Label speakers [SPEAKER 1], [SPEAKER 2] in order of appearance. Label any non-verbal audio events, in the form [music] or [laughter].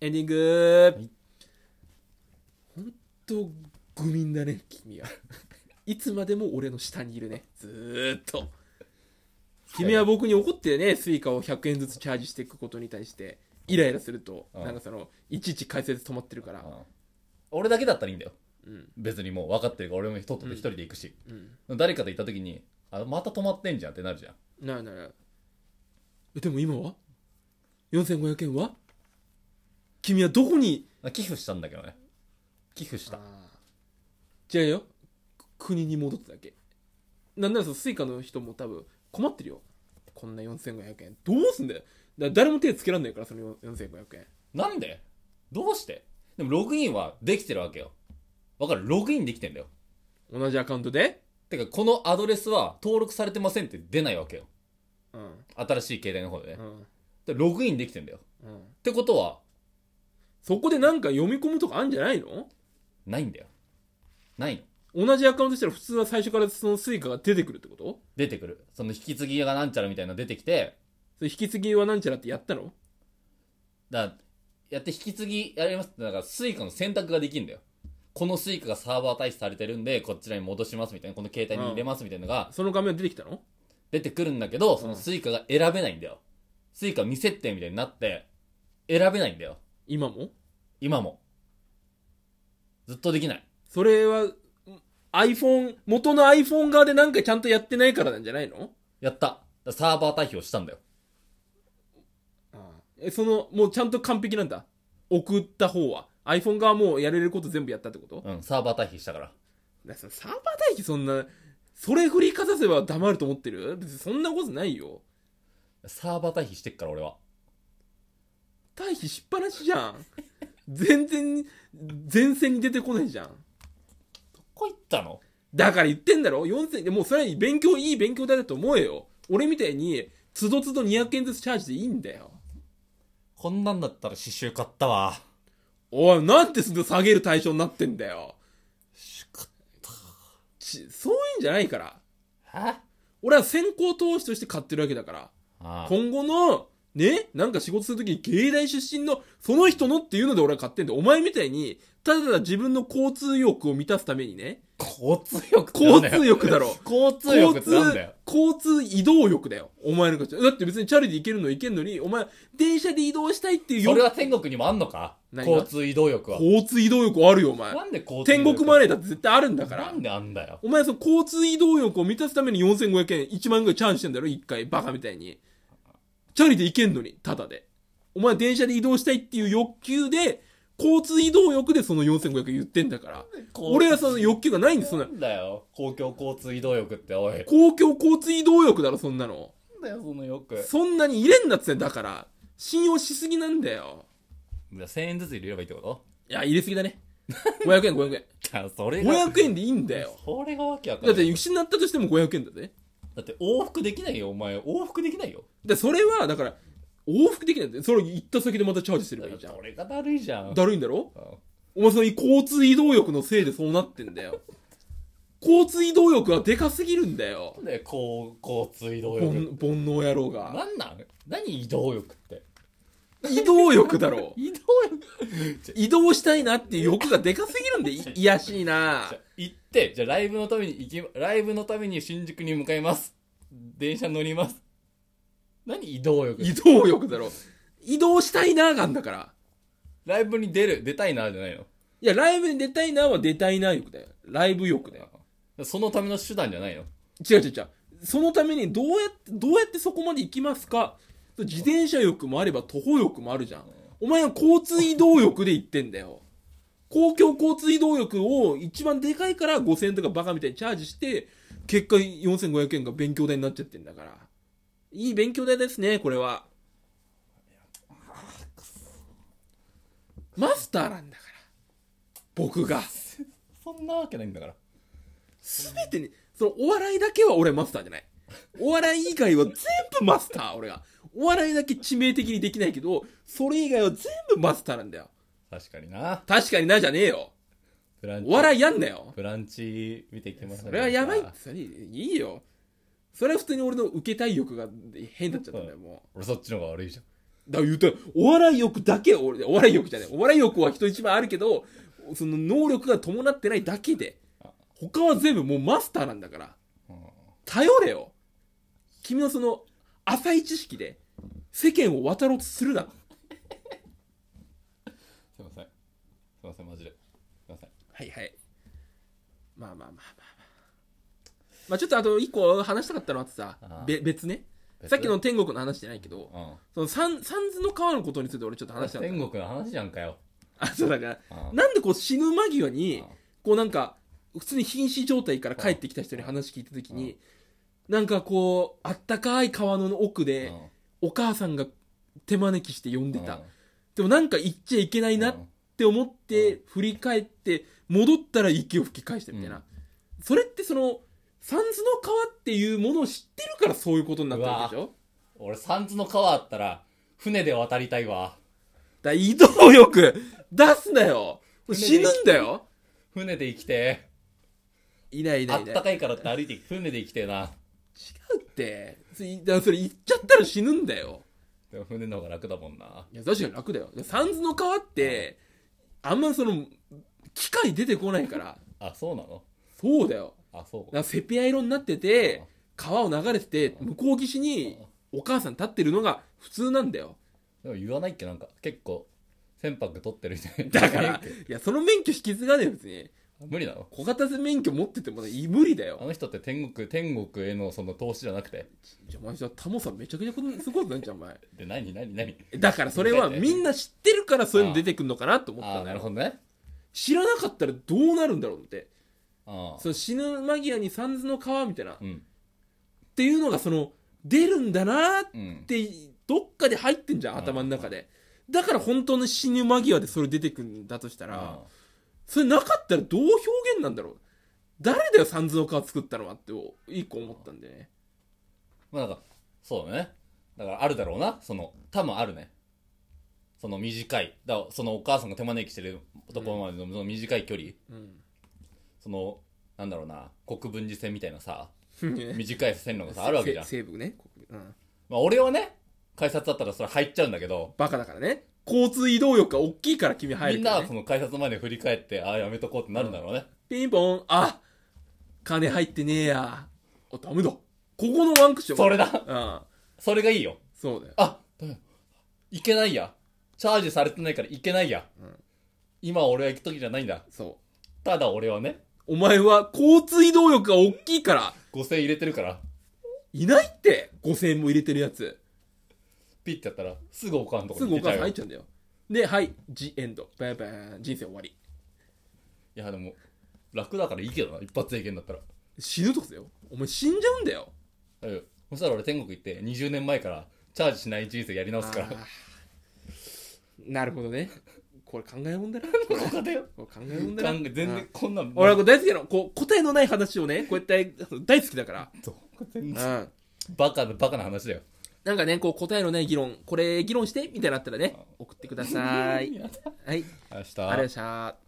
[SPEAKER 1] エンディング、
[SPEAKER 2] はい本当愚民だね君は [laughs] いつまでも俺の下にいるねずーっと君は僕に怒ってねスイカを100円ずつチャージしていくことに対してイライラすると、
[SPEAKER 1] うん
[SPEAKER 2] なんかそのいちいち解説止まってるから、
[SPEAKER 1] うん俺だけだったらいいんだよ
[SPEAKER 2] うん
[SPEAKER 1] 別にもう分かってるから俺もとっとと一人で行くし、
[SPEAKER 2] うん
[SPEAKER 1] 誰かと行った時にあまた止まってんじゃんってなるじゃん
[SPEAKER 2] なるなるえでも今は4500円は君はどこに
[SPEAKER 1] あ寄付したんだけどね寄付した
[SPEAKER 2] 違うよ国に戻っただけなんならそのスイカの人も多分困ってるよこんな4500円どうすんだよだ誰も手つけらんないからその4500円
[SPEAKER 1] なんでどうしてでもログインはできてるわけよわかるログインできてんだよ
[SPEAKER 2] 同じアカウントで
[SPEAKER 1] てかこのアドレスは登録されてませんって出ないわけよ
[SPEAKER 2] うん
[SPEAKER 1] 新しい携帯の方でね
[SPEAKER 2] う、ん
[SPEAKER 1] でログインできてんだよっ
[SPEAKER 2] うん
[SPEAKER 1] てことは
[SPEAKER 2] そこでなんか読み込むとかあんじゃないの
[SPEAKER 1] ないんだよないの
[SPEAKER 2] 同じアカウントしたら普通は最初からそのスイカが出てくるってこと
[SPEAKER 1] 出てくるその引き継ぎがなんちゃらみたいなの出てきて
[SPEAKER 2] それ引き継ぎはなんちゃらってやったの
[SPEAKER 1] だからやって引き継ぎやりますってだからスイカの選択ができるんだよこのスイカがサーバー対してされてるんでこちらに戻しますみたいなこの携帯に入れますみたいなのが
[SPEAKER 2] その画面出てきたの
[SPEAKER 1] 出てくるんだけど、そのスイカが選べないんだよ。スイカ未設定みたいになって、選べないんだよ。
[SPEAKER 2] 今も
[SPEAKER 1] 今も。ずっとできない。
[SPEAKER 2] それはん iPhone 元の iPhone 側でなんかちゃんとやってないからなんじゃないの
[SPEAKER 1] やった。だからサーバー退避をしたんだよ。
[SPEAKER 2] えそのもうちゃんと完璧なんだ送った方は iPhone 側もうやれること全部やったってこと
[SPEAKER 1] うん、サーバー退避したから。
[SPEAKER 2] だからそのサーバー待機そんなそれ振りかざせば黙ると思ってる別にそんなことないよ
[SPEAKER 1] サーバー退避してっから俺は。
[SPEAKER 2] 退避しっぱなしじゃん全然前線に出てこないじゃん
[SPEAKER 1] どこ行ったの
[SPEAKER 2] だから言ってんだろ4000でもうそれは勉強いい勉強代だと思えよ俺みたいにつどつど200円ずつチャージでいいんだよ
[SPEAKER 1] こんなんだったら刺繍買ったわ。
[SPEAKER 2] おいなんてすぐ下げる対象になってんだよ
[SPEAKER 1] 刺繍買
[SPEAKER 2] ちそういうんじゃないから
[SPEAKER 1] った。え
[SPEAKER 2] 俺は先行投資として買ってるわけだから
[SPEAKER 1] ああ
[SPEAKER 2] 今後の、ね、なんか仕事するときに芸大出身のその人のっていうので俺は買ってんで、お前みたいに、ただただ自分の交通欲を満たすためにね、
[SPEAKER 1] 交通欲ってな
[SPEAKER 2] 交
[SPEAKER 1] んだよ
[SPEAKER 2] 通欲だろ。
[SPEAKER 1] 交通欲ってなんだよ。
[SPEAKER 2] 交通移動欲だよ。お前の価値。だって別にチャリで行けるの行けんのに、お前、電車で移動したいっていう
[SPEAKER 1] そ
[SPEAKER 2] 欲
[SPEAKER 1] れは天国にもあんのか
[SPEAKER 2] 何が
[SPEAKER 1] 交通移動欲は。
[SPEAKER 2] 交通移動欲あるよ、お前。
[SPEAKER 1] なんで交通移
[SPEAKER 2] 天
[SPEAKER 1] 動
[SPEAKER 2] 国
[SPEAKER 1] 欲
[SPEAKER 2] マネーだって絶対あるんだから
[SPEAKER 1] な。んであんだよ。
[SPEAKER 2] お前その交通移動欲を満たすために4500円、1万円ぐらいチャージしてんだろ一回、バカみたいに。チャリで行けんのに、タダで。お前電車で移動したいっていう欲求で、交通移動欲でその4500円言ってんだから。俺はその欲求がないんです、そんな
[SPEAKER 1] な。んだよ公共交通移動欲っておい
[SPEAKER 2] 公共交通移動欲だろ、そんなの。
[SPEAKER 1] なんだよその欲
[SPEAKER 2] そんなに入れんなっつってんだから。信用しすぎなんだよ。
[SPEAKER 1] 1000円ずつ入れればいいってこ
[SPEAKER 2] いや、入れすぎだね。500円、500円。
[SPEAKER 1] とあそれが
[SPEAKER 2] 500円でいいんだよ。
[SPEAKER 1] それがわけわかん
[SPEAKER 2] だ
[SPEAKER 1] な
[SPEAKER 2] って
[SPEAKER 1] い
[SPEAKER 2] 失ったとしても500円だぜ。
[SPEAKER 1] だって往復できないよお前往復できないよ
[SPEAKER 2] で、それは、だから、往復できないんだよ。それ行った先でまたチャージすればいいじゃん。
[SPEAKER 1] それがだるいじゃん
[SPEAKER 2] だるいんだろ
[SPEAKER 1] うん
[SPEAKER 2] お前その交通移動欲のせいでそうなってんだよ。交通移動欲はでかすぎるんだよ
[SPEAKER 1] な。んだよこう交通移動
[SPEAKER 2] ぼん
[SPEAKER 1] 欲
[SPEAKER 2] 煩悩野郎が。
[SPEAKER 1] なんなん何移動欲って。
[SPEAKER 2] 移動欲だろ
[SPEAKER 1] 移動欲じゃ
[SPEAKER 2] 移動したいなっていう欲がでかすぎるんで、いいやしいな
[SPEAKER 1] じゃ。行ってじゃあライブのために行きライブのために新宿に向かいます電車乗ります何移動欲
[SPEAKER 2] 移動欲だろ。移動したいながんだから。
[SPEAKER 1] ライブに出る出たいなじゃないの
[SPEAKER 2] いや、ライブに出たいなは出たいな欲だよ。ライブ欲だよ。
[SPEAKER 1] そのための手段じゃないの
[SPEAKER 2] 違う違う違う。そのためにどうやって、どうやってそこまで行きますか自転車欲もあれば徒歩欲もあるじゃん。お前は交通移動欲で行ってんだよ。公共交通移動欲を一番でかいから5000円とかバカみたいにチャージして、結果4500円が勉強代になっちゃってんだから。いい勉強代ですね、これは。マスターなんだから。僕が。
[SPEAKER 1] そんなわけないんだから
[SPEAKER 2] すべてに、そのお笑いだけは俺マスターじゃない。お笑い以外は全部マスター、俺が。お笑いだけ致命的にできないけど、それ以外は全部マスターなんだよ。
[SPEAKER 1] 確かにな
[SPEAKER 2] 確かになじゃねえよ。
[SPEAKER 1] ブランチ
[SPEAKER 2] お笑いやんなよ。
[SPEAKER 1] ブランチ見てきてます
[SPEAKER 2] それはやばい。それいいよ。それは普通に俺の受けたい欲が変になっちゃったんだよ、も
[SPEAKER 1] 俺そっちの方が悪いじゃん
[SPEAKER 2] う。だから言うたらお笑い欲だけ俺お笑い欲じゃないお笑い欲は人一倍あるけどその能力が伴ってないだけで他は全部もうマスターなんだから頼れよ君のその浅い知識で世間を渡ろうとするな
[SPEAKER 1] すいませんすいませんマジですいません
[SPEAKER 2] はいはいまあまあまあまあまあまあちょっとあと一個話したかったのあってさ
[SPEAKER 1] ああ
[SPEAKER 2] べ別ね
[SPEAKER 1] 別
[SPEAKER 2] さっきの天国の話じゃないけど
[SPEAKER 1] うん
[SPEAKER 2] その三三途の川のことについて俺ちょっと話したかった
[SPEAKER 1] 天国の話じゃんかよ
[SPEAKER 2] あそうだから
[SPEAKER 1] うん
[SPEAKER 2] なんでこう死ぬ間際に
[SPEAKER 1] うん
[SPEAKER 2] こうなんか普通に瀕死状態から帰ってきた人に話聞いた時になんかこうあったかい川の奥で
[SPEAKER 1] うん
[SPEAKER 2] お母さんが手招きして呼んで
[SPEAKER 1] う
[SPEAKER 2] た
[SPEAKER 1] ん
[SPEAKER 2] でもなんか行っちゃいけないなって思って振り返って戻ったら息を吹き返したみたいな、
[SPEAKER 1] うん
[SPEAKER 2] それってその三途の川っていうものを知ってるからそういうことになったわけでしょ
[SPEAKER 1] 俺三途の川あったら船で渡りたいわ
[SPEAKER 2] だから移動力出すなよ死ぬんだよ
[SPEAKER 1] 船で生きて
[SPEAKER 2] いないいな
[SPEAKER 1] あ
[SPEAKER 2] い
[SPEAKER 1] っ
[SPEAKER 2] いない
[SPEAKER 1] たかいからって歩いて船で生きてえな
[SPEAKER 2] 違うってそれだからそれ行っちゃったら死ぬんだよ
[SPEAKER 1] でも船の方が楽だもんない
[SPEAKER 2] や確かに楽だよ三途の川ってあんまその機械出てこないから
[SPEAKER 1] あそうなの
[SPEAKER 2] そうだよ
[SPEAKER 1] あそう
[SPEAKER 2] なんかセピア色になってて川を流れてて向こう岸にお母さん立ってるのが普通なんだよ
[SPEAKER 1] でも言わないっけなんか結構船舶取ってるみたいな
[SPEAKER 2] だから [laughs] いやその免許引き継がねえよ別に
[SPEAKER 1] 無理なの
[SPEAKER 2] 小型免許持っててもね無理だ
[SPEAKER 1] あ
[SPEAKER 2] よ
[SPEAKER 1] の人って天国天国へのその投資じゃなくて
[SPEAKER 2] じゃあお前さタモさんめちゃくちゃことすごくないじゃんお前
[SPEAKER 1] で何何何
[SPEAKER 2] だからそれはみんな知ってるからそういうの出てくるのかなと思っ
[SPEAKER 1] あ
[SPEAKER 2] た
[SPEAKER 1] あ
[SPEAKER 2] ん
[SPEAKER 1] な
[SPEAKER 2] だ
[SPEAKER 1] るほ
[SPEAKER 2] よ
[SPEAKER 1] どね
[SPEAKER 2] 知らなかったらどうなるんだろうって
[SPEAKER 1] あ
[SPEAKER 2] その死ぬ間際に三途の川みたいなっ
[SPEAKER 1] あうん
[SPEAKER 2] ていうのがその出るんだなっ
[SPEAKER 1] うん
[SPEAKER 2] てどっかで入ってんじゃん頭の中でだから本当の死ぬ間際でそれ出てくるんだとしたら
[SPEAKER 1] あ
[SPEAKER 2] それなかったらどう表現なんだろう誰だよ三途の川作ったのはって一個思ったんでね
[SPEAKER 1] まあなんかそうだねだからあるだろうなその多分あるねその短いだからそのお母さんが手招きしてるところまでの,、その短い距離
[SPEAKER 2] うん
[SPEAKER 1] そのなんだろうな国分寺線みたいなさ
[SPEAKER 2] [laughs] ね
[SPEAKER 1] 短い線路がさあるわけじゃん
[SPEAKER 2] せ、西部ね、うん、
[SPEAKER 1] まあ、俺はね改札だったらそれ入っちゃうんだけど
[SPEAKER 2] バカだからね交通移動力が大きいから君入
[SPEAKER 1] み
[SPEAKER 2] る
[SPEAKER 1] ん
[SPEAKER 2] から、
[SPEAKER 1] なは
[SPEAKER 2] ね、
[SPEAKER 1] その改札まで振り返って、ああ、やめとこうってなるんだろうね。
[SPEAKER 2] ピンポンあ金入ってねえやあダメだここのワンクッション
[SPEAKER 1] それだ
[SPEAKER 2] うん
[SPEAKER 1] それがいいよ。
[SPEAKER 2] そうだよ
[SPEAKER 1] あ、ダメいけないや。チャージされてないからいけないや。
[SPEAKER 2] うん
[SPEAKER 1] 今俺は行く時じゃないんだ。
[SPEAKER 2] そう
[SPEAKER 1] ただ俺はね、
[SPEAKER 2] お前は交通移動力が大きいから、
[SPEAKER 1] 5000入れてるから、
[SPEAKER 2] いないって、5000円も入れてるやつ。
[SPEAKER 1] ピッてやったら、すぐおかんのとこ
[SPEAKER 2] すぐ
[SPEAKER 1] に
[SPEAKER 2] お
[SPEAKER 1] 行
[SPEAKER 2] 母
[SPEAKER 1] けち
[SPEAKER 2] さん入っ
[SPEAKER 1] ゃうよ。
[SPEAKER 2] ちゃうんだよ。で、はい、ジエンド。バイバイ、人生終わり。
[SPEAKER 1] いや、でも、楽だからいいけどな、一発でいけんだったら。
[SPEAKER 2] 死ぬとこだよ。お前死んじゃうんだよ。
[SPEAKER 1] だよそしたら俺天国行って、20年前から、チャージしない人生やり直すから。
[SPEAKER 2] あーなるほどね。これ考えもんだな。これ
[SPEAKER 1] 他だよ。
[SPEAKER 2] これ考えもんだな。
[SPEAKER 1] 全然
[SPEAKER 2] あ。
[SPEAKER 1] こんなん、
[SPEAKER 2] 俺はこう大好きなの。こう、答えのない話をね、こうやって大好きだから。う
[SPEAKER 1] 全
[SPEAKER 2] ん。
[SPEAKER 1] 然バカな、バカな話だよ。
[SPEAKER 2] なんかね、こう答えのない議論、これ議論してみたいなのあったらね、送ってください。
[SPEAKER 1] やだ
[SPEAKER 2] はい。
[SPEAKER 1] 明日。
[SPEAKER 2] ありがとうございました。